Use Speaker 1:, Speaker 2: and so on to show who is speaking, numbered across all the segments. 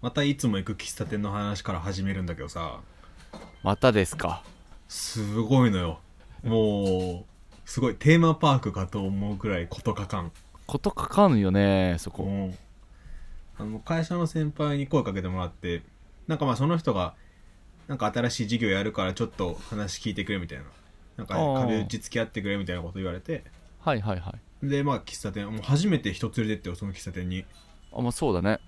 Speaker 1: またいつも行く喫茶店の話から始めるんだけどさ
Speaker 2: またですか
Speaker 1: すごいのよもうすごいテーマパークかと思うくらいことかかん
Speaker 2: ことかかんよねそこ
Speaker 1: もうあの会社の先輩に声かけてもらってなんかまあその人がなんか新しい事業やるからちょっと話聞いてくれみたいななんか
Speaker 2: あー
Speaker 1: 壁打ち付き合ってくれみたいなこと言われて
Speaker 2: はいはいはい
Speaker 1: でまあ喫茶店もう初めて人連れてってよその喫茶店に
Speaker 2: あまあそうだね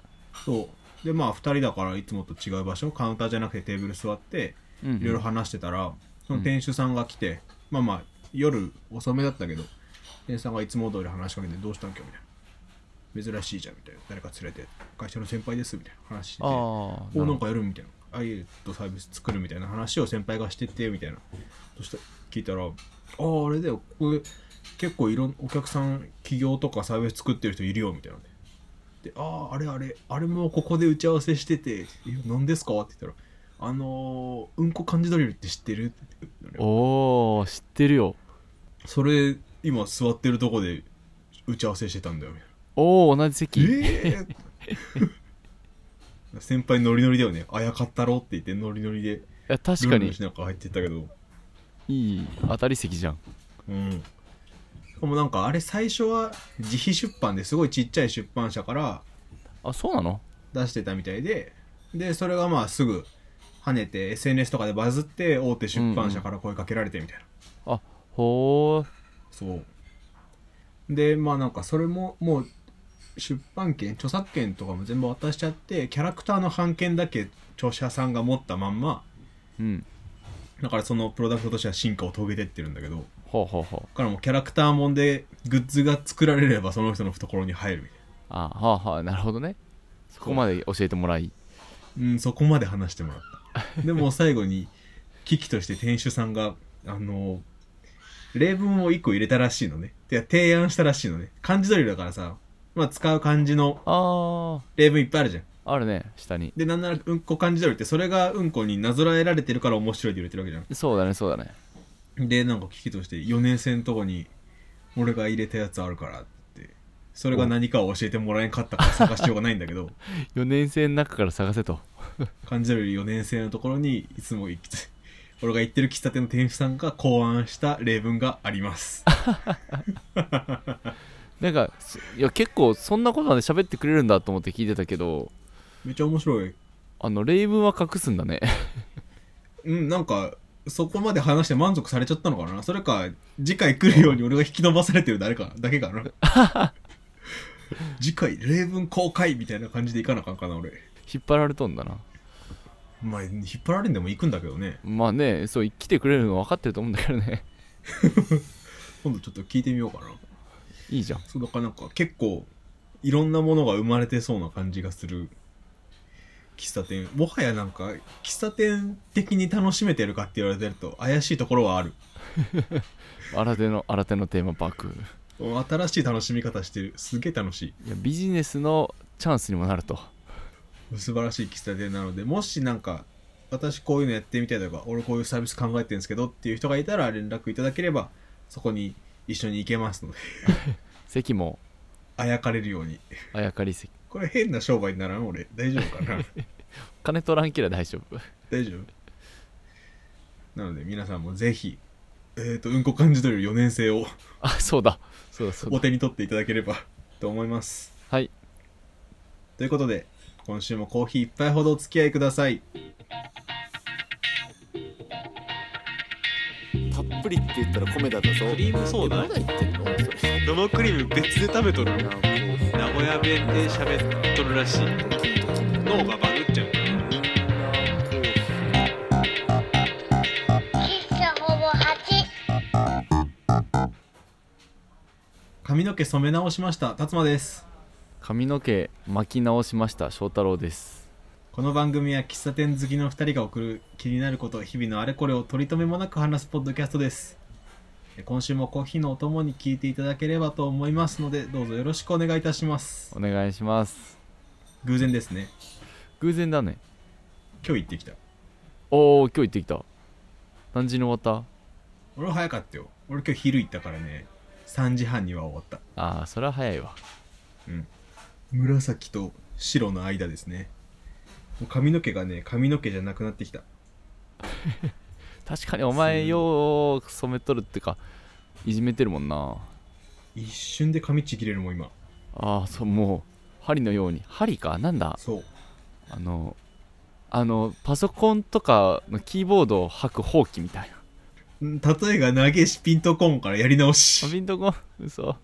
Speaker 1: そうでまあ2人だからいつもと違う場所カウンターじゃなくてテーブル座って
Speaker 2: うん
Speaker 1: いろいろ話してたら、その店主さんが来て、まあまあ夜遅めだったけど店主さんがいつも通り話しかけて「どうしたん今日」みたいな「珍しいじゃん」みたいな「誰か連れて会社の先輩です」みたいな話してて「お
Speaker 2: あ
Speaker 1: な
Speaker 2: あ
Speaker 1: んかやる」みたいな「あいえとサービス作る」みたいな話を先輩がしててみたいなそして聞いたら「あああれだよここ結構いろんお客さん企業とかサービス作ってる人いるよ」みたいなねで「あああれあれあれもここで打ち合わせしてて「え何ですか?」って言ったら「あのー、うんこ漢字ドリルって知ってる?」って言ってたのよ
Speaker 2: おお知ってるよ
Speaker 1: それ今座ってるとこで打ち合わせしてたんだよみたいな
Speaker 2: おお同じ席
Speaker 1: えー 先輩ノリノリだよね「あやかったろ」って言ってノリノリで
Speaker 2: いや確
Speaker 1: ル
Speaker 2: か
Speaker 1: ンルン
Speaker 2: に
Speaker 1: しなんか入ってったけど
Speaker 2: いい当たり席じゃん
Speaker 1: うんしかもなんかあれ最初は自費出版ですごいちっちゃい出版社から
Speaker 2: あそうなの
Speaker 1: 出してたみたいででそれがまあすぐ跳ねて SNS とかでバズって大手出版社から声かけられてみたいな、
Speaker 2: あほー
Speaker 1: そうでまあなんかそれももう出版権著作権とかも全部渡しちゃってキャラクターの版権だけ著者さんが持ったまんま
Speaker 2: うん
Speaker 1: だからそのプロダクトとしては進化を遂げてってるんだけどだ
Speaker 2: ほうほうほう
Speaker 1: からもうキャラクターもんでグッズが作られればその人の懐に入るみたい
Speaker 2: あはあはあなるほどねそこまで教えてもらい
Speaker 1: な、うん、そこまで話してもらったでも最後に危機として店主さんがあの例文を1個入れたらしいのねてか提案したらしいのね漢字ドリルだからさ、まあ、使う漢字の
Speaker 2: あ
Speaker 1: 例文いっぱいあるじゃん
Speaker 2: ああるね下に
Speaker 1: でなんならうんこ漢字ドリルってそれがうんこになぞらえられてるから面白いって言われてるわけじゃん
Speaker 2: そうだねそうだね
Speaker 1: でなんか危機として4年生のとこに俺が入れたやつあるからってそれが何かを教えてもらえんかったから探しようがないんだけど
Speaker 2: 4年生の中から探せと
Speaker 1: 感じる4年生のところにいつも行き 俺が行ってる喫茶店の店主さんが考案した例文があります
Speaker 2: なんかそいや結構そんなことまで喋ってくれるんだと思って聞いてたけど
Speaker 1: めっちゃ面白い
Speaker 2: あの例文は隠すんだね
Speaker 1: うんなんかそこまで話して満足されちゃったのかなそれか次回来るように俺が引き伸ばされてる誰かだけかな次回例文公開みたいな感じでいかなあかんかな俺
Speaker 2: 引っ張られとんだな
Speaker 1: まあ引っ張られんでも行くんだけどね
Speaker 2: まあねそう来てくれるの分かってると思うんだけどね
Speaker 1: 今度ちょっと聞いてみようかない
Speaker 2: いじゃん
Speaker 1: そうだからなんか結構いろんなものが生まれてそうな感じがする喫茶店もはやなんか喫茶店的に楽しめてるかって言われてると怪しいところはある
Speaker 2: 新手の新手のテーマパーク
Speaker 1: 新しい楽しみ方してるすげえ楽し
Speaker 2: いやビジネスのチャンスにもなると
Speaker 1: い素晴らしい喫茶店なのでもしなんか私こういうのやってみたいとか俺こういうサービス考えてるんですけどっていう人がいたら連絡いただければそこに一緒に行けますので
Speaker 2: 席も
Speaker 1: あやかれるように
Speaker 2: あやかり席
Speaker 1: これ変な商売にならん俺大丈夫かな
Speaker 2: 金取らんけりゃ大丈夫
Speaker 1: 大丈夫なので皆さんもぜひえっ、とうんこ漢字ドリル4年生を
Speaker 2: あそうだそうだそう
Speaker 1: お
Speaker 2: だ
Speaker 1: 手に取っていただければ と思います
Speaker 2: はい
Speaker 1: ということで今週もコーヒー一杯ほどお付き合いください
Speaker 2: たっぷりって言ったら米だったぞクリームソーダ何言ってんの
Speaker 1: 生クリーム別で食べとる名古屋弁で喋っとるらしい脳がバグっちゃう
Speaker 3: Kissa Homo Hattie.
Speaker 1: 髪の毛染め直しました辰馬です
Speaker 2: 髪の毛巻き直しました翔太郎です
Speaker 1: この番組は喫茶店好きの2人が送る気になること日々のあれこれを取り留めもなく話すポッドキャストですえ今週もコーヒーのお供に聞いていただければと思いますのでどうぞよろしくお願いいたします
Speaker 2: お願いします
Speaker 1: 偶然ですね
Speaker 2: 偶然だね
Speaker 1: 今日行ってきた
Speaker 2: おお今日行ってきた何時に終わっ
Speaker 1: 俺は早かったよ俺今日昼行ったからね3時半には終わった
Speaker 2: たああそれは早いわ
Speaker 1: 紫と白の間ですねう髪の毛がね髪の毛じゃなくなってきた
Speaker 2: 確かにお前よう染めとるってかいじめてるもんな
Speaker 1: 一瞬で髪ちぎれるもん今
Speaker 2: ああそうもう針のように針かなんだ
Speaker 1: そう
Speaker 2: あのあのパソコンとかのキーボードを吐くほうきみたいな
Speaker 1: うん例えが投げしピントコーンからやり直
Speaker 2: あ
Speaker 1: し
Speaker 2: ピンとこん嘘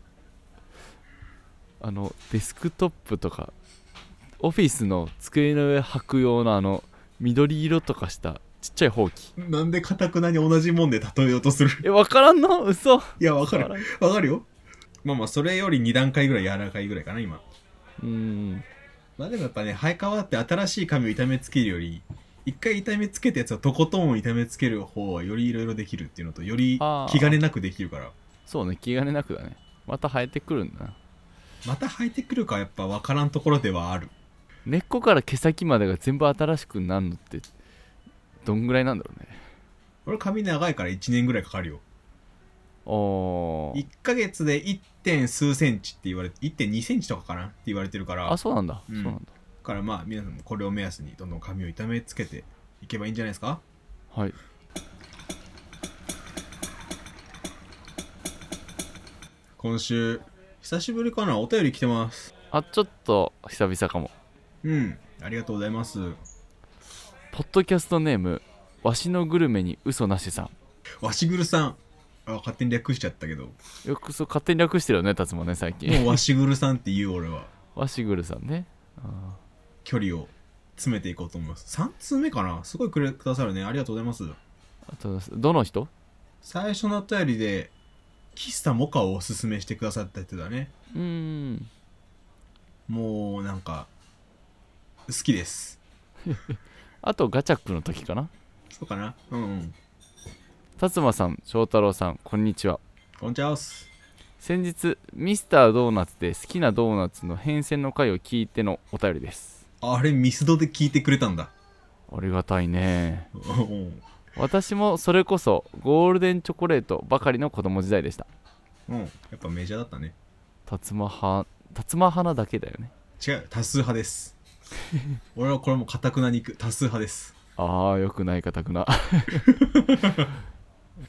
Speaker 2: あのデスクトップとかオフィスの机の上履く用のあの緑色とかしたちっちゃいほうき
Speaker 1: なんでかたくなに同じもんで例えようとする
Speaker 2: えわからんの嘘
Speaker 1: いやわかる
Speaker 2: わらん
Speaker 1: わかるよまあまあそれより2段階ぐらい柔らかいぐらいかな今
Speaker 2: うん
Speaker 1: まあでもやっぱね生え変わって新しい髪を痛めつけるより一回痛めつけたやつをとことん痛めつける方はよりいろいろできるっていうのとより
Speaker 2: あー
Speaker 1: 気兼ねなくできるから
Speaker 2: そうね気兼ねなくだねまた生えてくるんだな
Speaker 1: また生えてくるかはやっぱ分からんところではある
Speaker 2: 根っこから毛先までが全部新しくなるのってどんぐらいなんだろうね
Speaker 1: 俺髪長いから1年ぐらいかかるよ
Speaker 2: おー
Speaker 1: 1ヶ月で 1. 点数センチって言われて1.2センチとかかなって言われてるから
Speaker 2: あそうなんだ、
Speaker 1: うん
Speaker 2: そうなんだ
Speaker 1: からまあ皆さんもこれを目安にどんどん髪を痛めつけていけばいいんじゃないですか
Speaker 2: はい
Speaker 1: 今週久しぶりかなお便り来てます
Speaker 2: あちょっと久々かも
Speaker 1: うんありがとうございます
Speaker 2: ポッドキャストネームわしのグルメに嘘なしさ
Speaker 1: わしぐるさんあ勝手に略しちゃったけど
Speaker 2: んよくそう勝手に略してるよね達馬ね最近
Speaker 1: もうわしぐるさんって言う俺は
Speaker 2: わしぐるさんねあ
Speaker 1: 距離を詰めていこうと思います3通目かなすごいくれくださるねありがとうございます
Speaker 2: ーあとどの人
Speaker 1: 最初のお便りで喫茶モカをおすすめしてくださった人だね
Speaker 2: うーん
Speaker 1: もうなんか好きです
Speaker 2: あとガチャックの時かな
Speaker 1: そうかなうん、うん、
Speaker 2: 達馬さん翔太郎さんこんにちは
Speaker 1: こんちゃうす
Speaker 2: 先日ミスタードーナツで好きなドーナツの変遷の回を聞いてのお便りです
Speaker 1: あれミスドで聞いてくれたんだ
Speaker 2: ありがたいね
Speaker 1: うん
Speaker 2: 私もそれこそゴールデンチョコレートばかりの子供時代でした
Speaker 1: うんやっぱメジャーだったね
Speaker 2: 達馬派達馬派なだけだよね
Speaker 1: 違う多数派です俺はこれもかたくなに行く多数派です
Speaker 2: ああよくないかたく な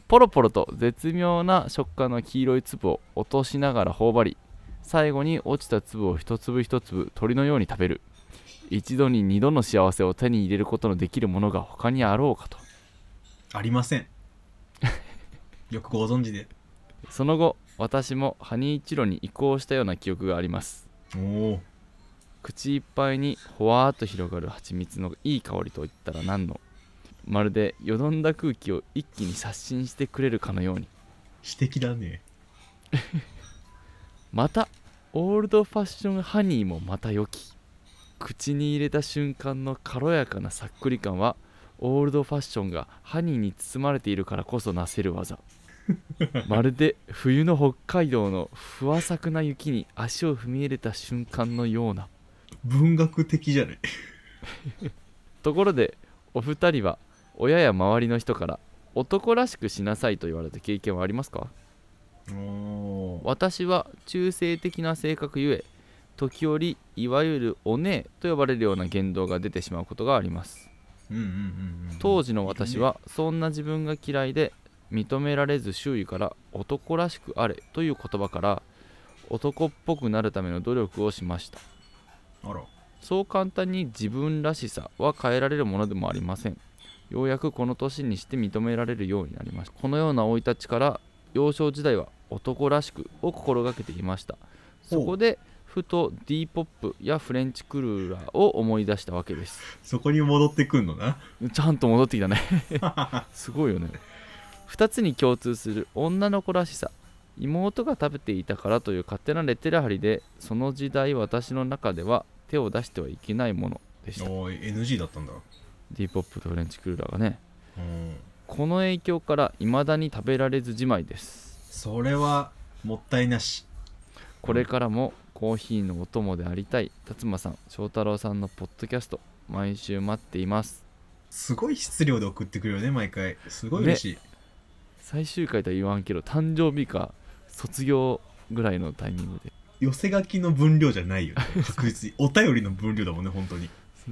Speaker 2: ポロポロと絶妙な食感の黄色い粒を落としながら頬張り最後に落ちた粒を一粒一粒鳥のように食べる一度に二度の幸せを手に入れることのできるものが他にあろうかと
Speaker 1: ありませんよくご存知で
Speaker 2: その後私もハニーチロに移行したような記憶があります
Speaker 1: おお
Speaker 2: 口いっぱいにほわーっと広がる蜂蜜のいい香りといったら何のまるでよどんだ空気を一気に刷新してくれるかのように
Speaker 1: 詩的だね
Speaker 2: またオールドファッションハニーもまた良き口に入れた瞬間の軽やかなさっくり感はオールドファッションがハニーに包まれているからこそなせる技まるで冬の北海道の不わさくな雪に足を踏み入れた瞬間のような
Speaker 1: 文学的じゃない
Speaker 2: ところでお二人は親や周りの人から男らしくしなさいと言われた経験はありますか
Speaker 1: おお
Speaker 2: 私は中性的な性格ゆえ時折いわゆるお姉と呼ばれるような言動が出てしまうことがあります
Speaker 1: うんうんうん、うん、
Speaker 2: 当時の私はそんな自分が嫌いで認められず周囲から男らしくあれという言葉から男っぽくなるための努力をしました
Speaker 1: あら
Speaker 2: そう簡単に自分らしさは変えられるものでもありませんようやくこの年にして認められるようになりましたこのような生い立ちから幼少時代は男らしくを心がけていました
Speaker 1: ほう
Speaker 2: そこでふと D ポップやフレンチクルーラーを思い出したわけです
Speaker 1: そこに戻ってくんのな
Speaker 2: ちゃんと戻ってきたねすごいよね2つに共通する女の子らしさ妹が食べていたからという勝手なレテラ張りでその時代私の中では手を出してはいけないものでした
Speaker 1: おー NG だったんだ
Speaker 2: D ポップとフレンチクルーラーがね
Speaker 1: うん
Speaker 2: この影響から未だに食べられずじまいです
Speaker 1: それはもったいなし
Speaker 2: これからもコーヒーのお供でありたい辰馬さん翔太郎さんのポッドキャスト毎週待っています
Speaker 1: すごい質量で送ってくるよね毎回すごい嬉しい、
Speaker 2: 最終回とは言わんけど誕生日か卒業ぐらいのタイミングで
Speaker 1: 寄せ書きの分量じゃないよね確実にお便りの分量だもんね本当に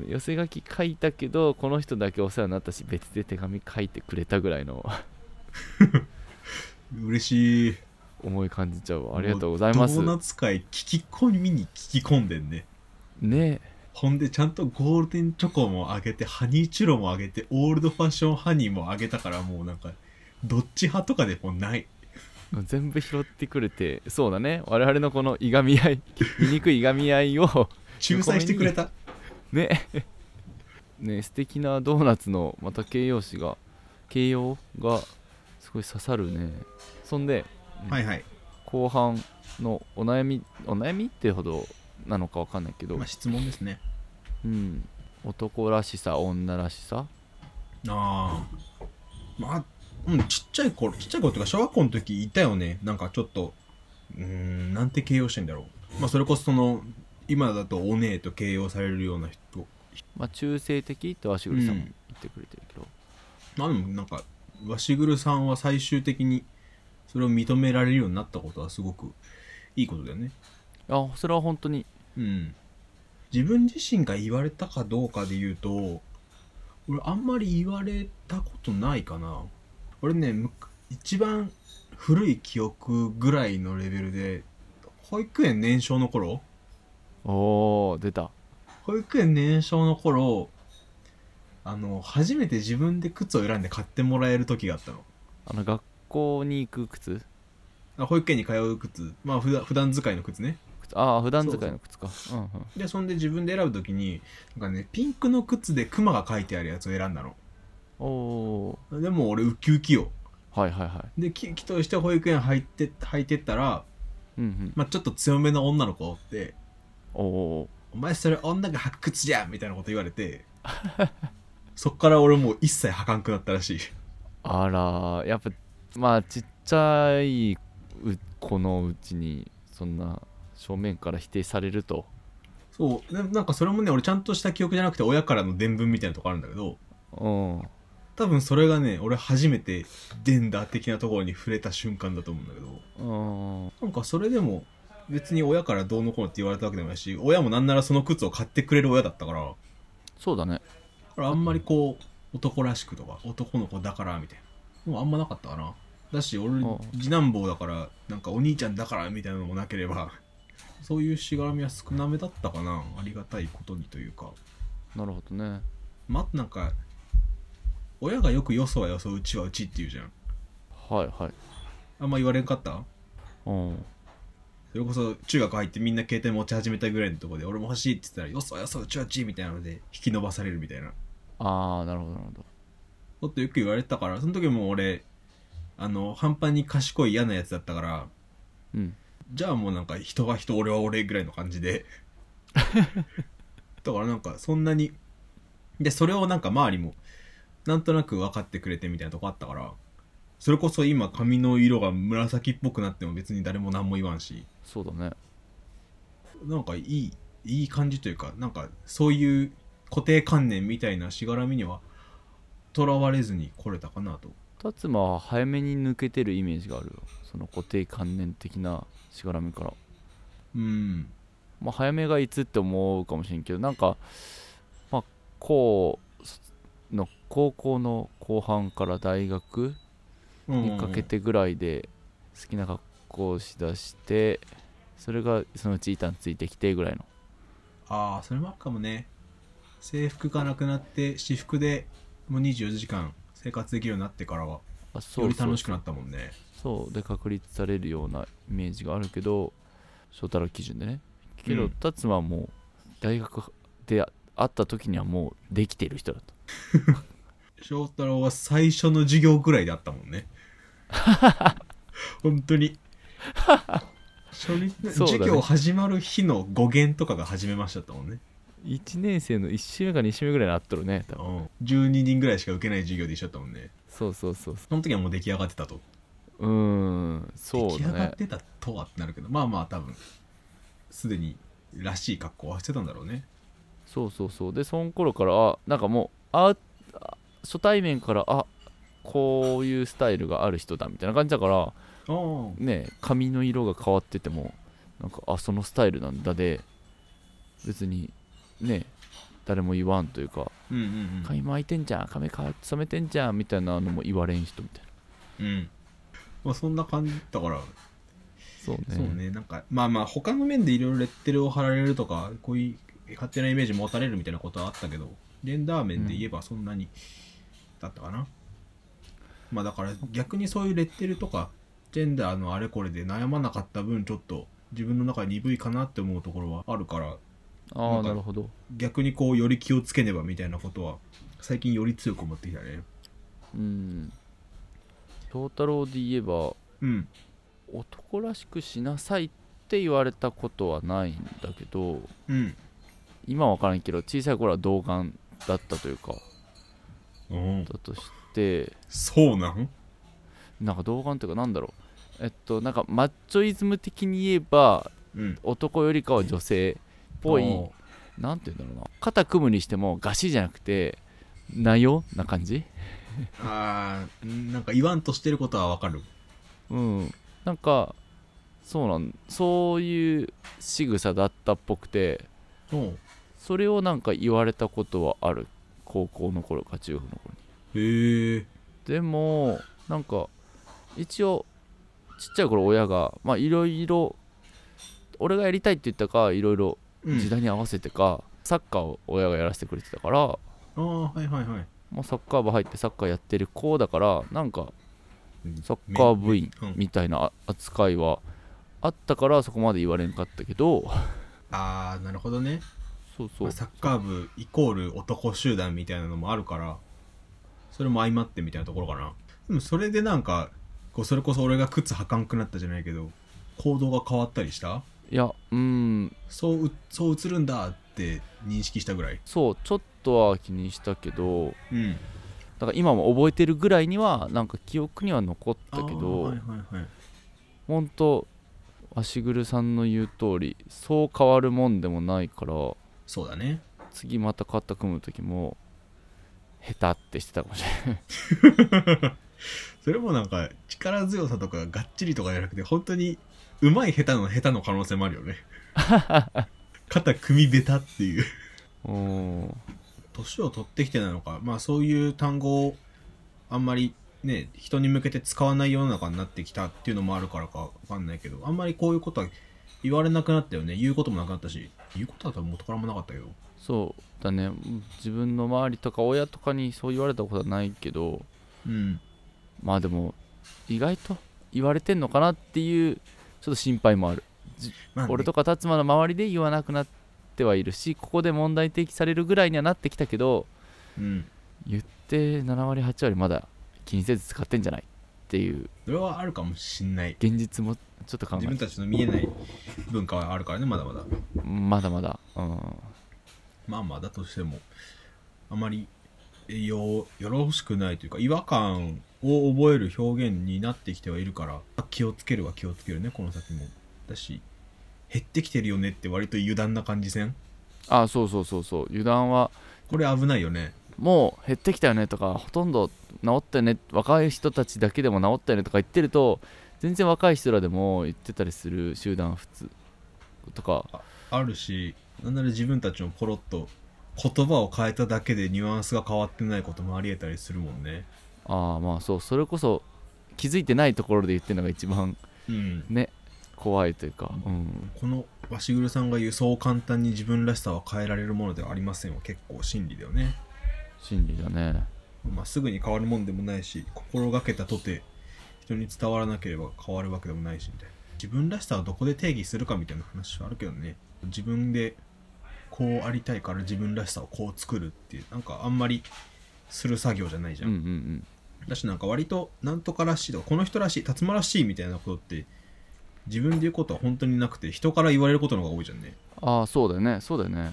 Speaker 2: 寄せ書き書いたけどこの人だけお世話になったし別で手紙書いてくれたぐらいの
Speaker 1: 嬉しい
Speaker 2: 思い感じちゃうわありがとうございます
Speaker 1: もうドーナツ会聞き込みに聞き込んでんね
Speaker 2: ね
Speaker 1: ほんでちゃんとゴールデンチョコもあげてハニーチュロもあげてオールドファッションハニーもあげたからもうなんかどっち派とかでもない
Speaker 2: 全部拾ってくれてそうだね我々のこのいがみ合い 醜いいがみ合いを
Speaker 1: 仲裁してくれた
Speaker 2: ね ね素敵なドーナツのまた形容詞が形容がすごい刺さるねそんでに
Speaker 1: はいはい、
Speaker 2: 後半のお悩みお悩みってほどなのかわかんないけど、
Speaker 1: まあ、質問ですね
Speaker 2: うん、男らしさ女らしさ
Speaker 1: ああまあうんちっちゃい頃ちっちゃい頃とか小学校の時いたよねなんかちょっとうーんなんて形容してんだろうまあそれこそその今だとお姉と形容されるような人
Speaker 2: まあ中性的って足栗さんも
Speaker 1: うん
Speaker 2: 言ってくれてるけど、
Speaker 1: まあでもなんか鷲黒さんは最終的にそれを認められるようになったことはすごくいいことだよね
Speaker 2: あそれは本当に
Speaker 1: うん自分自身が言われたかどうかで言うと俺あんまり言われたことないかな俺ねむく一番古い記憶ぐらいのレベルで保育園年少の頃
Speaker 2: おお出た
Speaker 1: 保育園年少の頃あの初めて自分で靴を選んで買ってもらえる時があったの
Speaker 2: あの学校に行く靴
Speaker 1: あ保育園に通う靴まあ普段普段使いの靴ね
Speaker 2: 靴ああ普段使いの靴かうんうん
Speaker 1: でそんで自分で選ぶ時になんかねピンクの靴でクマが書いてあるやつを選んだの
Speaker 2: おお
Speaker 1: でも俺ウキウキよ
Speaker 2: ーはいはいはい
Speaker 1: でききとして保育園入って入ってったら、
Speaker 2: うんうん
Speaker 1: まあ、ちょっと強めの女の子おって
Speaker 2: おお
Speaker 1: 「お前それ女が履く靴じゃん!」みたいなこと言われてそっから俺もう一切履かんくなったらしい
Speaker 2: あらーやっぱまあちっちゃいう子のうちにそんな正面から否定されると
Speaker 1: そうでなんかそれもね俺ちゃんとした記憶じゃなくて親からの伝聞みたいなとこあるんだけど
Speaker 2: うん
Speaker 1: 多分それがね俺初めてデンダー的なところに触れた瞬間だと思うんだけど
Speaker 2: うん
Speaker 1: なんかそれでも別に親からどうのこうのって言われたわけでもないし親もなんならその靴を買ってくれる親だったからだ
Speaker 2: そうだね
Speaker 1: からあんまりこう男らしくとか男の子だからみたいなもうあんまなかったかなだし俺
Speaker 2: ああ
Speaker 1: 次男坊だからなんかお兄ちゃんだからみたいなのもなければそういうしがらみは少なめだったかなありがたいことにというか
Speaker 2: なるほどね
Speaker 1: まあなんか親がよくよそはよそうちはうちって言うじゃん
Speaker 2: はいはい
Speaker 1: あんま言われんかった
Speaker 2: うん
Speaker 1: それこそ中学入ってみんな携帯持ち始めたぐらいのところで俺も欲しいって言ったらよそよそうちうちみたいなので引き伸ばされるみたいな
Speaker 2: ああなるほどなるほど
Speaker 1: もっとよく言われてたからその時も俺あの半端に賢い嫌なやつだったから
Speaker 2: うん
Speaker 1: じゃあもうなんか人は人俺は俺ぐらいの感じでだからなんかそんなにでそれをなんか周りもなんとなく分かってくれてみたいなとこあったからそれこそ今髪の色が紫っぽくなっても別に誰も何も言わんし
Speaker 2: そうだね
Speaker 1: なんかいいいい感じというかなんかそういう固定観念みたいなしがらみにはとらわれずに来れたかなと
Speaker 2: 達馬は早めに抜けてるイメージがあるよその固定観念的なしがらみから
Speaker 1: うん
Speaker 2: まあ早めがいつって思うかもしれんけどなんかまあこうの高校の後半から大学にかけてぐらいで好きな格好をしだしてそれがそのうち板についてきてぐらいの
Speaker 1: ああそれもあるかもね制服がなくなって私服でもう24時間生活できるようになってからは
Speaker 2: あそ
Speaker 1: よ
Speaker 2: う
Speaker 1: り
Speaker 2: そう
Speaker 1: 楽しくなったもんね
Speaker 2: そうで確立されるようなイメージがあるけど翔太郎基準でねけ
Speaker 1: う
Speaker 2: ど
Speaker 1: ん
Speaker 2: 達馬はもう大学で会った時にはもうできてる人だと
Speaker 1: 翔太郎は最初の授業ぐらいだったもんね本当 に初日の
Speaker 2: そうだね
Speaker 1: 授業始まる日の語源とかが始めましただったもんね
Speaker 2: 1年生の1週目か2週目ぐらいになっとるね多分
Speaker 1: うん、12人ぐらいしか受けない授業で一緒だったもんね
Speaker 2: そうそうそうそ
Speaker 1: その時はもう出来上がってたと、
Speaker 2: ううーんそ
Speaker 1: 出
Speaker 2: う
Speaker 1: 来
Speaker 2: だ
Speaker 1: 上がっ
Speaker 2: ね
Speaker 1: てたとはってなるけどまあまあ多分すでにらしい格好はしてたんだろうね
Speaker 2: そうそうそうでその頃からあなんかもうああ初対面からあこういうスタイルがある人だみたいな感じだから
Speaker 1: ああ
Speaker 2: ね髪の色が変わっててもなんかあそのスタイルなんだで別にね誰も言わんというか
Speaker 1: うんうん
Speaker 2: 髪巻いてんじゃん髪か染めてんじゃんみたいなのも言われん人みたいな
Speaker 1: うんうんまあそんな感じだから
Speaker 2: そうね
Speaker 1: そうねなんかまあまあ他の面でいろいろレッテルを貼られるとかこういう勝手なイメージ持たれるみたいなことはあったけどレンダー面で言えばそんなにだったかな、まあだから逆にそういうレッテルとかジェンダーのあれこれで悩まなかった分ちょっと自分の中で鈍いかなって思うところはあるから
Speaker 2: あ
Speaker 1: なん
Speaker 2: あ
Speaker 1: か
Speaker 2: なるほど
Speaker 1: 逆にこうより気をつけねばみたいなことは最近より強く思ってきたね
Speaker 2: うん翔太郎で言えば
Speaker 1: うん
Speaker 2: 男らしくしなさいって言われたことはないんだけど
Speaker 1: うん
Speaker 2: 今は分からんけど小さい頃は童顔だったというか
Speaker 1: うん
Speaker 2: だとして
Speaker 1: そうなん
Speaker 2: なんか童顔というかなんだろうえっとなんかマッチョイズム的に言えば
Speaker 1: うん
Speaker 2: 男よりかは女性っぽい
Speaker 1: お
Speaker 2: なんて言うんだろうな肩組むにしてもガシじゃなくてなよな感じ
Speaker 1: ーあーんなんか言わんとしてることはわかる
Speaker 2: うんなんかそうなんそういう仕草だったっぽくて
Speaker 1: おう
Speaker 2: それをなんか言われたことはある高校の頃か中学の頃に
Speaker 1: へえ
Speaker 2: でもなんか一応ちっちゃい頃親がまあいろいろ俺がやりたいって言ったかいろいろ時代に合わせてか、サッカーを親がやらせてくれてたから、
Speaker 1: ああはいはいはい
Speaker 2: まあ、サッカー部入ってサッカーやってる子だからなんかサッカー部員
Speaker 1: うん
Speaker 2: みたいな扱いはあったからそこまで言われんかったけど
Speaker 1: ああなるほどね、
Speaker 2: そうそ
Speaker 1: まあ
Speaker 2: う
Speaker 1: サッカー部イコール男集団みたいなのもあるからそれも相まってみたいなところかなでもそれでなんかこうそれこそ俺が靴履かんくなったじゃないけど行動が変わったりした
Speaker 2: いやうん
Speaker 1: そううそう映るんだって認識したぐらい
Speaker 2: そうちょっとは気にしたけど
Speaker 1: うん
Speaker 2: だから今も覚えてるぐらいにはなんか記憶には残った
Speaker 1: あ
Speaker 2: けど、
Speaker 1: ーはいはいはい
Speaker 2: 本当足ぐるさんの言う通りそう変わるもんでもないから
Speaker 1: そうだね
Speaker 2: 次また肩組む時も下手ってしてたかもしれない
Speaker 1: それもなんか力強さとかがっちりとかじゃなくて本当にうまい下手の下手の可能性もあるよ ね肩組みベタっていう
Speaker 2: うん
Speaker 1: 年を取ってきてなのか、まあそういう単語をあんまりね、人に向けて使わない世の中になってきたっていうのもあるからかわかんないけど、あんまりこういうことは言われなくなったよね。言うこともなくなったし、言うことは多分元からもなかったけど。
Speaker 2: そうだね自分の周りとか親とかにそう言われたことはないけど
Speaker 1: うん。
Speaker 2: まあでも意外と言われてんのかなっていうちょっと心配もある
Speaker 1: まあね、
Speaker 2: 俺とか達馬の周りで言わなくなってはいるしここで問題提起されるぐらいにはなってきたけど
Speaker 1: うん。
Speaker 2: 言って7割8割まだ気にせず使ってんじゃないっていう
Speaker 1: それはあるかもしんない。
Speaker 2: 現実もちょっと考
Speaker 1: 自
Speaker 2: え
Speaker 1: 分たちの見えない文化はあるからね、まだまだ。
Speaker 2: まだまだうん
Speaker 1: まあまあだとしてもあまりえよよろしくないというか違和感を覚える表現になってきてはいるから気をつけるは気をつけるねこの先もだし減ってきてるよねって割と油断な感じせん
Speaker 2: あそうそうそうそう油断は
Speaker 1: これ危ないよね
Speaker 2: もう減ってきたよねとかほとんど治ったよね若い人たちだけでも治ったよねとか言ってると全然若い人らでも言ってたりする集団普通とか
Speaker 1: あるしなんなら自分たちもポロッと言葉を変えただけでニュアンスが変わってないこともありえたりするもんね
Speaker 2: ああまあそうそれこそ気づいてないところで言ってるのが一番
Speaker 1: うん
Speaker 2: 怖いというか、うん、
Speaker 1: このバシグルさんが言うそう簡単に自分らしさは変えられるものではありませんは結構真理だよね
Speaker 2: 心理だね
Speaker 1: まあ、すぐに変わるもんでもないし心がけたとて人に伝わらなければ変わるわけでもないしみたいな自分らしさはどこで定義するかみたいな話はあるけどね自分でこうありたいから自分らしさをこう作るっていうなんかあんまりする作業じゃないじ
Speaker 2: う
Speaker 1: ゃ
Speaker 2: ん
Speaker 1: ん、
Speaker 2: うんうん
Speaker 1: だしなんか割となんとからしいとかこの人らしい辰馬らしいみたいなことって自分で言うことは本当になくて人から言われることの方が多いじゃんね
Speaker 2: ああそうだよねそうだよね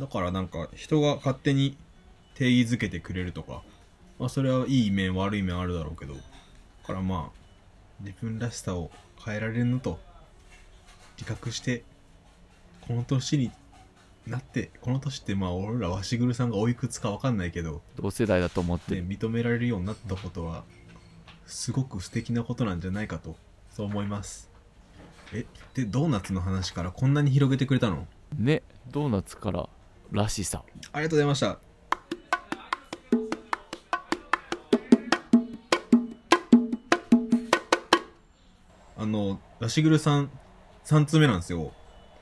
Speaker 1: だからなんか人が勝手に定義づけてくれるとか、まあ、それはいい面悪い面あるだろうけどだからまあ自分らしさを変えられるのと自覚してこの年になってこの年ってまあ俺らわしぐるさんがおいくつかわかんないけど、
Speaker 2: 同世代だと思って
Speaker 1: ね、
Speaker 2: る
Speaker 1: 認められるようになったことはすごく素敵なことなんじゃないかとそう思いますえでドーナツの話からこんなに広げてくれたの
Speaker 2: ねドーナツかららしさ
Speaker 1: ありがとうございましたあのラシグルさん3通目なんですよ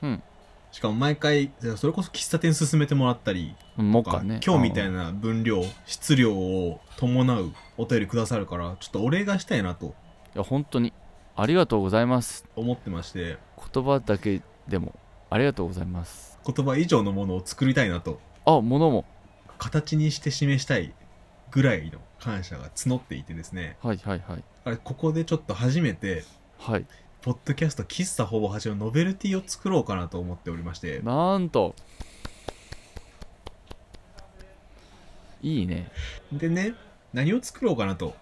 Speaker 2: うん
Speaker 1: しかも毎回それこそ喫茶店進めてもらったり
Speaker 2: もっかね
Speaker 1: 今日みたい
Speaker 2: な
Speaker 1: な分量質量を伴うお便りくださるからちょっとお礼がしたいなと
Speaker 2: いや本当にありがとうございます
Speaker 1: 思ってまして
Speaker 2: 言葉だけでもありがとうございます
Speaker 1: 言葉以上のものを作りたいなと
Speaker 2: あ物も
Speaker 1: 形にして示したいぐらいの感謝が募っていてですね
Speaker 2: はいはいはい
Speaker 1: あれここでちょっと初めて
Speaker 2: はい
Speaker 1: ポッドキャスト喫茶ほぼ8のノベルティを作ろうかなと思っておりまして
Speaker 2: なんといいね
Speaker 1: でね何を作ろうかなと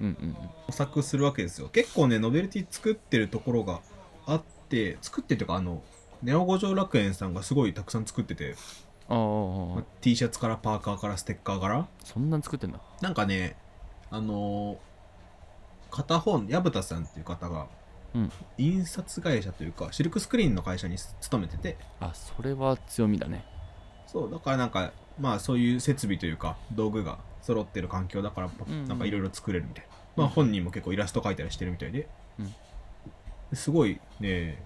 Speaker 2: うんうん
Speaker 1: 模索するわけですよ結構ねノベルティ作ってるところがあって作ってるというかあのネオ五条楽園さんがすごいたくさん作ってて、
Speaker 2: うんあ
Speaker 1: ま
Speaker 2: あ
Speaker 1: あ T シャツからパーカーからステッカーから
Speaker 2: そんなん作ってんだ
Speaker 1: なんかねあのー片方の薮田さんっていう方が、
Speaker 2: うん
Speaker 1: 印刷会社というかシルクスクリーンの会社に勤めてて
Speaker 2: あそれは強みだね
Speaker 1: そうだからなんかまあそういう設備というか道具が揃ってる環境だからパ
Speaker 2: うんうん
Speaker 1: なんかいろいろ作れるみたいな、まあ本人も結構イラスト描いたりしてるみたいで、
Speaker 2: うん
Speaker 1: ですごいね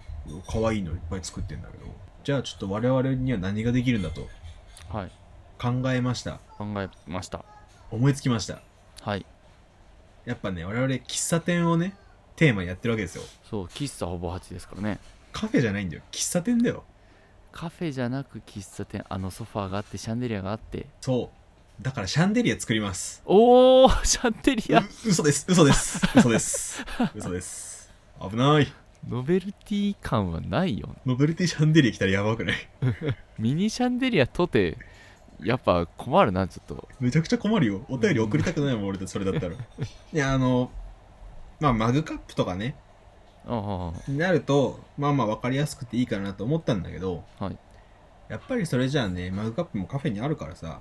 Speaker 1: 可愛いのいっぱい作ってんだけどじゃあちょっと我々には何ができるんだと
Speaker 2: はい
Speaker 1: 考えました
Speaker 2: 考えました
Speaker 1: 思いつきました
Speaker 2: はい
Speaker 1: やっぱね我々喫茶店をねテーマにやってるわけですよ
Speaker 2: そう喫茶ほぼ8ですからね
Speaker 1: カフェじゃないんだよ喫茶店だよ
Speaker 2: カフェじゃなく喫茶店あのソファーがあってシャンデリアがあって
Speaker 1: そうだからシャンデリア作ります
Speaker 2: おおシャンデリア
Speaker 1: う嘘です嘘です嘘です嘘です危ない
Speaker 2: ノベルティ感はないよ
Speaker 1: ノベルティシャンデリア来たらやばくない
Speaker 2: ミニシャンデリアとてやっぱ困るなちょっと
Speaker 1: めちゃくちゃ困るよお便り送りたくないもん俺たちそれだったら いやあのまあマグカップとかね
Speaker 2: あ
Speaker 1: になるとまあまあ分かりやすくていいかなと思ったんだけど、
Speaker 2: はい
Speaker 1: やっぱりそれじゃあねマグカップもカフェにあるからさ
Speaker 2: あ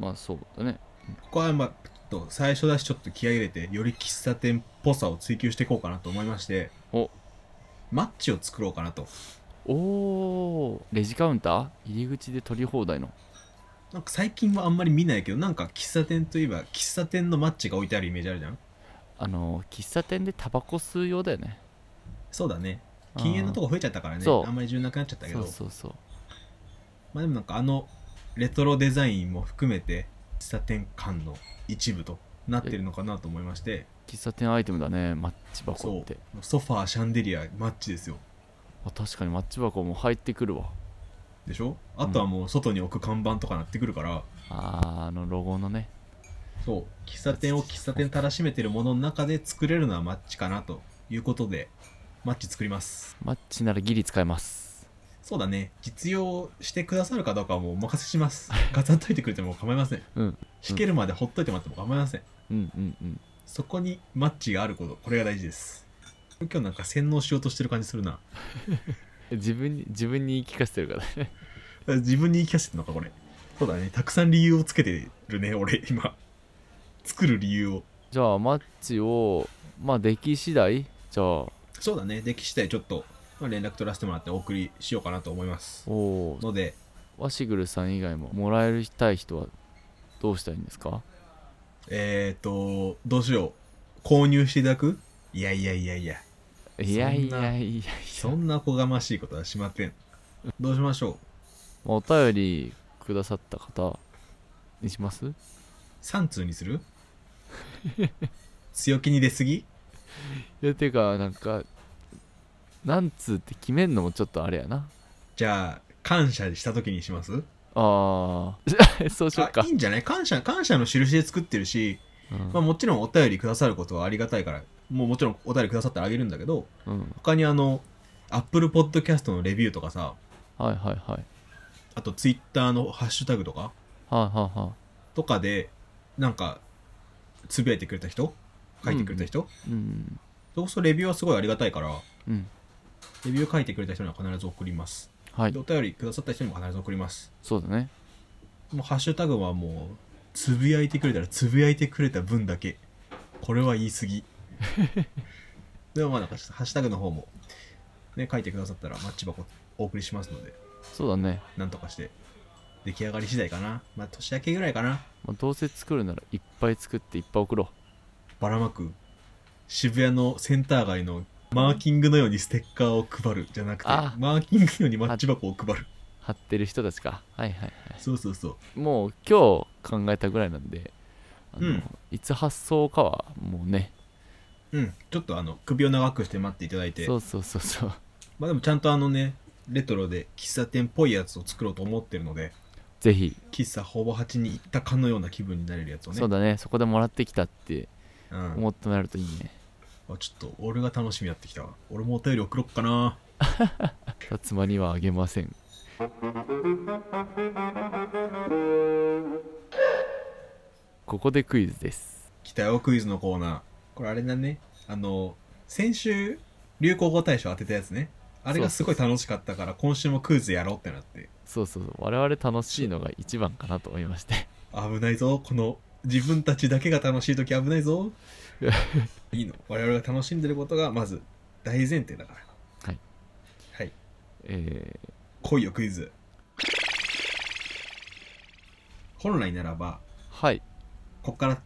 Speaker 2: まあそうだね
Speaker 1: ここはまあちょっと最初だしちょっと気合い入れてより喫茶店っぽさを追求していこうかなと思いまして
Speaker 2: お
Speaker 1: マッチを作ろうかなと
Speaker 2: おおレジカウンター入り口で取り放題の
Speaker 1: なんか最近はあんまり見ないけどなんか喫茶店といえば喫茶店のマッチが置いてあるイメージあるじゃん
Speaker 2: あの喫茶店でタバコ吸う用だよね
Speaker 1: そうだね禁煙のと
Speaker 2: こ
Speaker 1: こ増えちゃったからね
Speaker 2: そう
Speaker 1: あんまり重要なくなっちゃったけど
Speaker 2: そうそうそう
Speaker 1: まあでもなんかあのレトロデザインも含めて喫茶店間の一部となってるのかなと思いまして
Speaker 2: 喫茶店アイテムだねマッチ箱
Speaker 1: そ
Speaker 2: って
Speaker 1: うソファーシャンデリアマッチですよ
Speaker 2: あ確かにマッチ箱も入ってくるわ
Speaker 1: でしょあとはもう外に置く看板とかなってくるから、
Speaker 2: あーあのロゴのね
Speaker 1: そう喫茶店を喫茶店たらしめてるものの中で作れるのはマッチかなということでマッチ作ります
Speaker 2: マッチならギリ使えます
Speaker 1: そうだね実用してくださるかどうかはもうお任せします ガツンといてくれても構いません
Speaker 2: うん
Speaker 1: しけるまでほっといてもらっても構いません
Speaker 2: うんうんうん
Speaker 1: そこにマッチがあることこれが大事です今日なんか洗脳しようとしてる感じするな
Speaker 2: 自分に自分に言い聞かせてるからね
Speaker 1: 自分に言い聞かせてるのかこれそうだねたくさん理由をつけてるね俺今作る理由を
Speaker 2: じゃあマッチをまあ出来次第じゃあ
Speaker 1: そうだねでき次第ちょっと、まあ、連絡取らせてもらってお送りしようかなと思います
Speaker 2: おー
Speaker 1: ので
Speaker 2: ワシグルさん以外ももらえたい人はどうしたらいいんですか
Speaker 1: えっ、ー、と、どうしよう。購入していただくいやいやいやいや、
Speaker 2: いやいやいやいや
Speaker 1: そんなこがましいことはしまってん。どうしましょう。
Speaker 2: お便りくださった方にします
Speaker 1: 3通にする強気に出すぎ
Speaker 2: いやてかなんかなんつうって決めんのもちょっとあれやな
Speaker 1: じゃあ、感謝した時にします
Speaker 2: ああ そうしよっか
Speaker 1: あいいんじゃない感謝、感謝の印で作ってるし、
Speaker 2: うん
Speaker 1: まあ、もちろんお便りくださることはありがたいから、もうもちろんお便りくださったらあげるんだけど、
Speaker 2: うん
Speaker 1: 他にあの、Apple Podcast のレビューとかさ、
Speaker 2: はいはいはい
Speaker 1: あと Twitter のハッシュタグとか、
Speaker 2: はいはいは
Speaker 1: とかでなんかつぶやいてくれた人書いてくれた人、
Speaker 2: いうん
Speaker 1: そこそレビューはすごいありがたいから
Speaker 2: うん
Speaker 1: レビュー書いてくれた人には必ず送ります
Speaker 2: はい
Speaker 1: でお便りくださった人にも必ず送ります
Speaker 2: そうだね
Speaker 1: もうハッシュタグはもうつぶやいてくれたらつぶやいてくれた分だけこれは言い過ぎ でもまあなんかハッシュタグの方もね書いてくださったらマッチ箱お送りしますので
Speaker 2: そうだね
Speaker 1: なんとかして出来上がり次第かなまあ年明けぐらいかな
Speaker 2: まあ、どうせ作るならいっぱい作っていっぱい送ろ
Speaker 1: ばらまく渋谷のセンター街のマーキングのようにステッカーを配るじゃなくて
Speaker 2: あ
Speaker 1: マーキングのようにマッチ箱を配る
Speaker 2: う貼ってる人たちかはいはいは
Speaker 1: そうそうそう
Speaker 2: いもう今日考えたぐらいなんであの、
Speaker 1: うん
Speaker 2: いつ発送かはもうね
Speaker 1: うんちょっとあの首を長くして待っていただいて
Speaker 2: そうそうそうそう
Speaker 1: まあでもちゃんとあのねレトロで喫茶店っぽいやつを作ろうと思ってるので
Speaker 2: ぜひ、
Speaker 1: 喫茶ほぼ8に行ったかのような気分になれるやつをね
Speaker 2: そうだねそこでもらってきたって
Speaker 1: うん、
Speaker 2: 思ってもらえるといいね
Speaker 1: あちょっと俺が楽しみやってきたわ俺もお便り送ろっかな
Speaker 2: さつまにはあげませんここでクイズです
Speaker 1: 期待をクイズのコーナーこれあれだねあの先週流行語大賞当てたやつねあれがすごい楽しかったから今週もクイズやろうってなって
Speaker 2: そうそうそう我々楽しいのが一番かなと思いまして
Speaker 1: 危ないぞこの自分たちだけが楽しい時危ない ぞいいの我々が楽しんでることがまず大前提だから
Speaker 2: はい
Speaker 1: はい
Speaker 2: えー、
Speaker 1: 来いよクイズ本来ならば
Speaker 2: はい
Speaker 1: こっから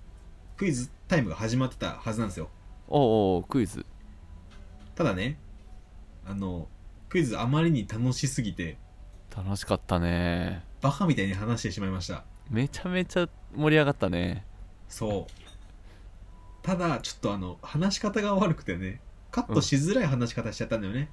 Speaker 1: クイズタイムが始まってたはずなんですよ
Speaker 2: おうおうクイズ
Speaker 1: ただねあのクイズあまりに楽しすぎて
Speaker 2: 楽しかったね
Speaker 1: バカみたいに話してしまいました
Speaker 2: めちゃめちゃ盛り上がったね
Speaker 1: そうただちょっとあの話し方が悪くてねカットしづらい話し方しちゃったんだよね、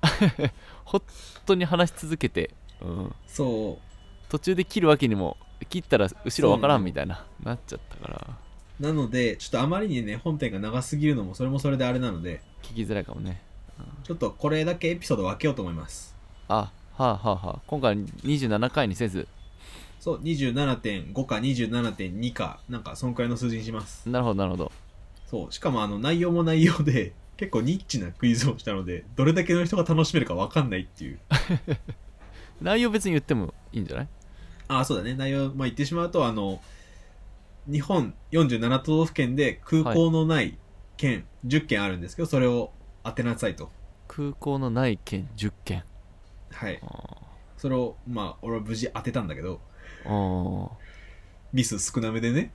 Speaker 2: 本当に話し続けて、うん、
Speaker 1: そ
Speaker 2: 途中で切るわけにも切ったら後ろわからんみたいな、なっちゃったから
Speaker 1: うなのでちょっとあまりにね本編が長すぎるのもそれもそれであれなので
Speaker 2: 聞きづらいかもね
Speaker 1: ちょっとこれだけエピソード分けようと思います
Speaker 2: あはあはあはあ今回27回にせず
Speaker 1: そう27.5か27.2かなんかそんくらいの数字にします
Speaker 2: なるほどなるほど
Speaker 1: そうしかもあの内容も内容で 結構ニッチなクイズをしたのでどれだけの人が楽しめるか分かんないっていう
Speaker 2: 内容別に言ってもいいんじゃない
Speaker 1: あそうだね内容、まあ、言ってしまうとあの日本47都道府県で空港のない県、10県あるんですけどそれを当てなさいと
Speaker 2: 空港のない県10県
Speaker 1: はい
Speaker 2: あ
Speaker 1: それをまあ俺は無事当てたんだけど
Speaker 2: ーあ
Speaker 1: ミス少なめでね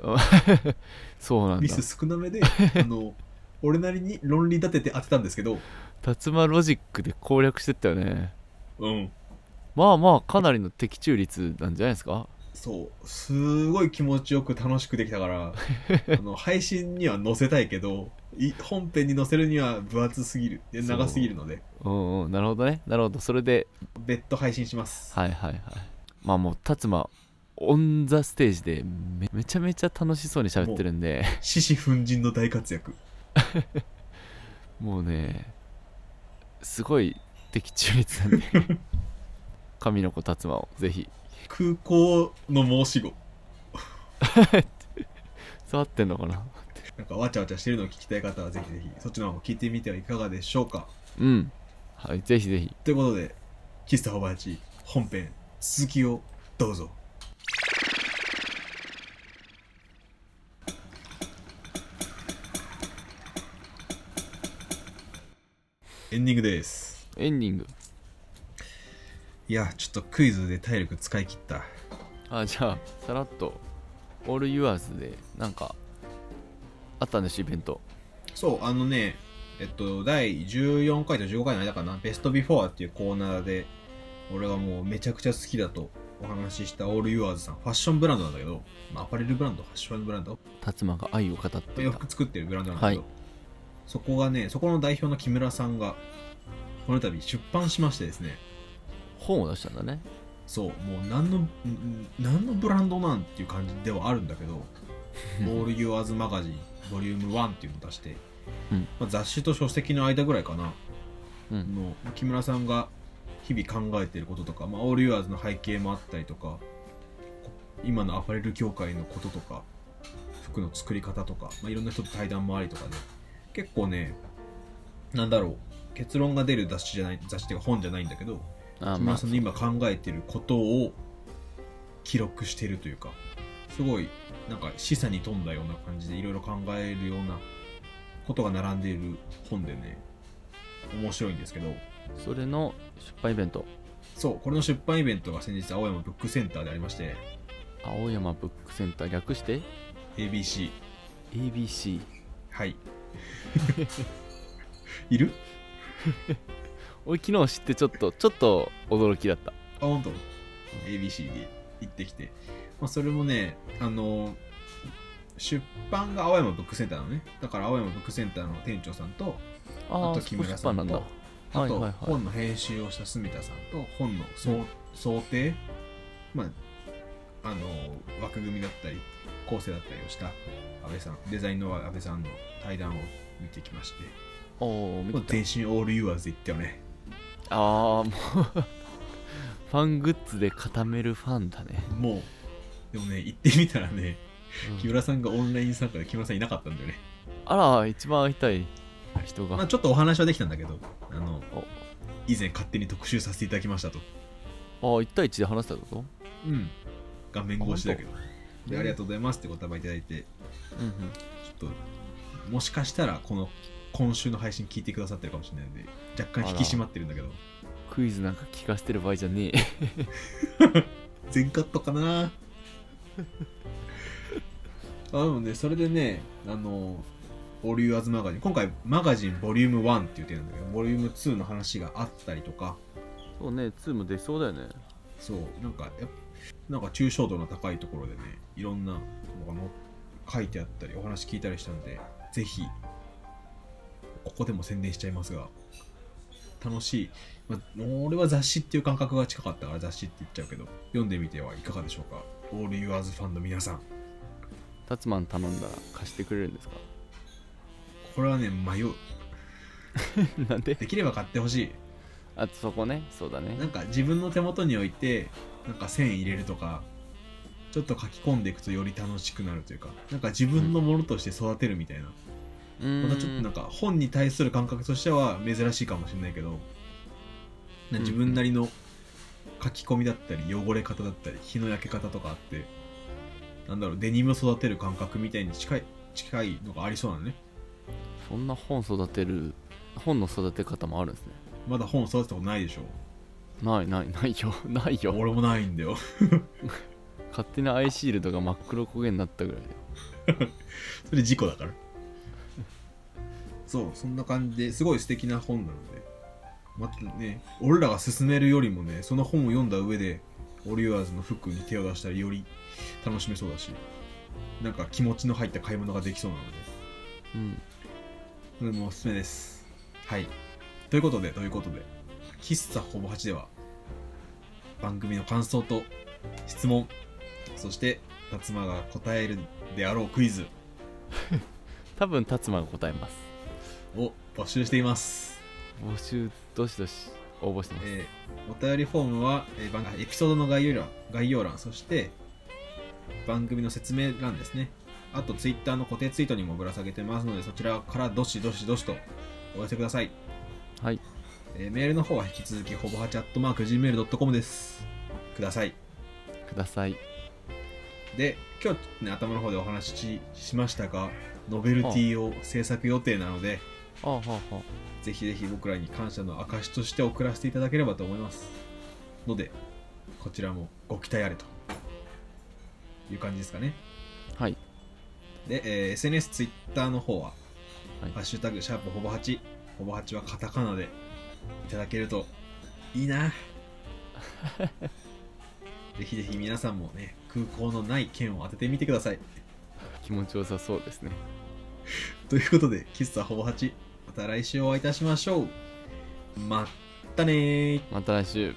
Speaker 2: ー そうなん
Speaker 1: ミ
Speaker 2: だ
Speaker 1: ス少なめであの俺なりに論理立てて当てたんですけど
Speaker 2: 達磨ロジックで攻略してったよね
Speaker 1: うん
Speaker 2: まあまあかなりの的中率なんじゃないですか
Speaker 1: そうすごい気持ちよく楽しくできたからあの配信には載せたいけどい本編に載せるには分厚すぎるで長すぎるので
Speaker 2: うんうんなるほどねなるほどそれで
Speaker 1: 別途配信します
Speaker 2: はいはいはいまあもう達磨オン・ザ・ステージでめめちゃめちゃ楽しそうに喋ってるん で
Speaker 1: 獅子奮陣の大活躍
Speaker 2: もうねすごい的中率なん で神の子達馬をぜひ
Speaker 1: 空港の申し子
Speaker 2: 触ってんのかな
Speaker 1: なんかわちゃわちゃしてるのを聞きたい方はぜひぜひそっちの方も聞いてみてはいかがでしょうか
Speaker 2: うんはいぜひぜひ
Speaker 1: ということで喫茶ホバーチ本編続きをどうぞエンディングです
Speaker 2: エンディング
Speaker 1: いやちょっとクイズで体力使い切った
Speaker 2: あじゃあさらっとオールユアーズでなんかあったんですイベント
Speaker 1: そう、あのね、えっと、第14回と15回の間かな、ベストビフォーっていうコーナーで、俺がもうめちゃくちゃ好きだとお話ししたオールユアーズさん、ファッションブランドなんだけど、まあ、アパレルブランド、ファッションブランド、
Speaker 2: 達馬が愛を語って
Speaker 1: 洋
Speaker 2: いた
Speaker 1: 服作ってるブランドなんだけど、
Speaker 2: は
Speaker 1: そこがね、そこの代表の木村さんが、この度出版しましてですね、
Speaker 2: 本を出したんだね
Speaker 1: そう、もう何の、んん何のブランドなんていう感じではあるんだけ ど、オールユアーズマガジン、ボリューム1っていうのを出して、
Speaker 2: うん
Speaker 1: まあ、雑誌と書籍の間ぐらいかな、
Speaker 2: うん
Speaker 1: の木村さんが日々考えていることとか、まあ、オールユアーズの背景もあったりとかこ今のアパレル業界のこととか服の作り方とか、まあ、いろんな人と対談もありとかで結構ねなんだろう結論が出る雑誌じゃない雑誌っていうか本じゃないんだけど
Speaker 2: あ
Speaker 1: 木
Speaker 2: ま
Speaker 1: 村
Speaker 2: あ
Speaker 1: さんの今考えていることを記録してるというかすごいなんか示唆に富んだような感じでいろいろ考えるようなことが並んでいる本でね面白いんですけど
Speaker 2: それの出版イベント
Speaker 1: そうこれの出版イベントが先日青山ブックセンターでありまして
Speaker 2: 青山ブックセンター略して
Speaker 1: ABC
Speaker 2: ABC
Speaker 1: はい いる
Speaker 2: 俺昨日知ってちょっとちょっと驚きだった
Speaker 1: あ本当 ABC に行ってきて、まあ、それもねあの出版が青山ブックセンターなのねだから青山ブックセンターの店長さんと
Speaker 2: あ
Speaker 1: あ
Speaker 2: あ
Speaker 1: と
Speaker 2: ス
Speaker 1: 木
Speaker 2: ポ
Speaker 1: 村
Speaker 2: ーツ
Speaker 1: さ
Speaker 2: パン
Speaker 1: ん
Speaker 2: なんだ
Speaker 1: とあ
Speaker 2: はい
Speaker 1: と
Speaker 2: はいはい
Speaker 1: 本の編集をした住田さんと本の想想定、まあ、あの枠組みだったり構成だったりをした安倍さんデザインの安倍さんの対談を見てきまして
Speaker 2: おお
Speaker 1: も
Speaker 2: 見て
Speaker 1: う
Speaker 2: た
Speaker 1: 全身オールユーアーズで行ったよね
Speaker 2: ああもう ファングッズで固めるファンだね、
Speaker 1: もうでもね行ってみたらね
Speaker 2: うん
Speaker 1: 木村さんがオンライン参加で木村さんいなかったんだよね
Speaker 2: あら一番会いたい人が、
Speaker 1: まあ、ちょっとお話はできたんだけどあの
Speaker 2: お
Speaker 1: 以前勝手に特集させていただきましたと、
Speaker 2: ああ1対1で話したってこと
Speaker 1: うん、画面越しだけど
Speaker 2: 当
Speaker 1: でありがとうございますってお言葉いただいて
Speaker 2: うんうん
Speaker 1: ちょっともしかしたらこの今週の配信聞いてくださってるかもしれないんで若干引き締まってるんだけど
Speaker 2: クイズなんか聞かせてる場合じゃねえ
Speaker 1: 全カットかな あでもねそれでねあのオールユアズマガジン今回マガジンボリューム1っていう点なんだけどボリューム2の話があったりとか
Speaker 2: そうね2も出そうだよね
Speaker 1: そうなんかやっなんか抽象度の高いところでねいろんなのがの書いてあったりお話聞いたりしたんでぜひここでも宣伝しちゃいますが楽しい、まあ、俺は雑誌っていう感覚が近かったから雑誌って言っちゃうけど読んでみてはいかがでしょうかオールユアーズファンの皆さん
Speaker 2: タツマン頼んだら貸してくれるんですか
Speaker 1: これはね迷う
Speaker 2: なんで
Speaker 1: できれば買ってほし
Speaker 2: あそこねそうだね
Speaker 1: いなんか自分の手元に置いてなんか線入れるとかちょっと書き込んでいくとより楽しくなるというかなんか自分のものとして育てるみたいな
Speaker 2: うーん
Speaker 1: またちょっとなんか本に対する感覚としては珍しいかもしれないけどな自分なりの書き込みだったり汚れ方だったり日の焼け方とかあってなんだろうデニムを育てる感覚みたいに近い近いのがありそうなのね
Speaker 2: そんな本育てる本の育て方もあるんですね
Speaker 1: まだ本を育てたことないでしょ
Speaker 2: ないないないよ ないよ
Speaker 1: 俺もないんだよ
Speaker 2: 勝手なアイシールドが真っ黒焦げになったぐらいだよ
Speaker 1: それ事故だからそうそんな感じですごい素敵な本なのでまたね俺らが勧めるよりもねその本を読んだ上でオリュアーズの服に手を出したらより楽しめそうだしなんか気持ちの入った買い物ができそうなので
Speaker 2: うん
Speaker 1: これもおすすめですはいということでということで喫茶ほぼ8では番組の感想と質問そして辰馬が答えるであろうクイズ
Speaker 2: 多分タツマンが答えます
Speaker 1: を募集しています
Speaker 2: 募集どしどし応募してます
Speaker 1: えーお便りフォームは、えー番エピソードの概要欄、概要欄そして番組の説明欄ですね。あと、ツイッターの固定ツイートにもぶら下げてますので、そちらからどしどしどしとお寄せください。
Speaker 2: はい
Speaker 1: えーメールの方は引き続き、ほぼはチャットマーク Gmail.com です。ください。
Speaker 2: ください
Speaker 1: で、今日、ね、頭の方でお話しししましたが、ノベルティを制作予定なので、
Speaker 2: ああはあは
Speaker 1: ぜひぜひ僕らに感謝の証として送らせていただければと思います。ので、こちらもご期待あれという感じですかね。
Speaker 2: あはい
Speaker 1: で、えー SNS、Twitter の方は、
Speaker 2: はい
Speaker 1: ハッシュタグ、シャープほぼ8、ほぼ8はカタカナでいただけるといい な。ぜひぜひ皆さんもね、空港のない県を当ててみてください。
Speaker 2: 気持ちよさそうですね
Speaker 1: ということで、喫茶ほぼ8、また来週お会いいたしましょう。まったねー。
Speaker 2: また来週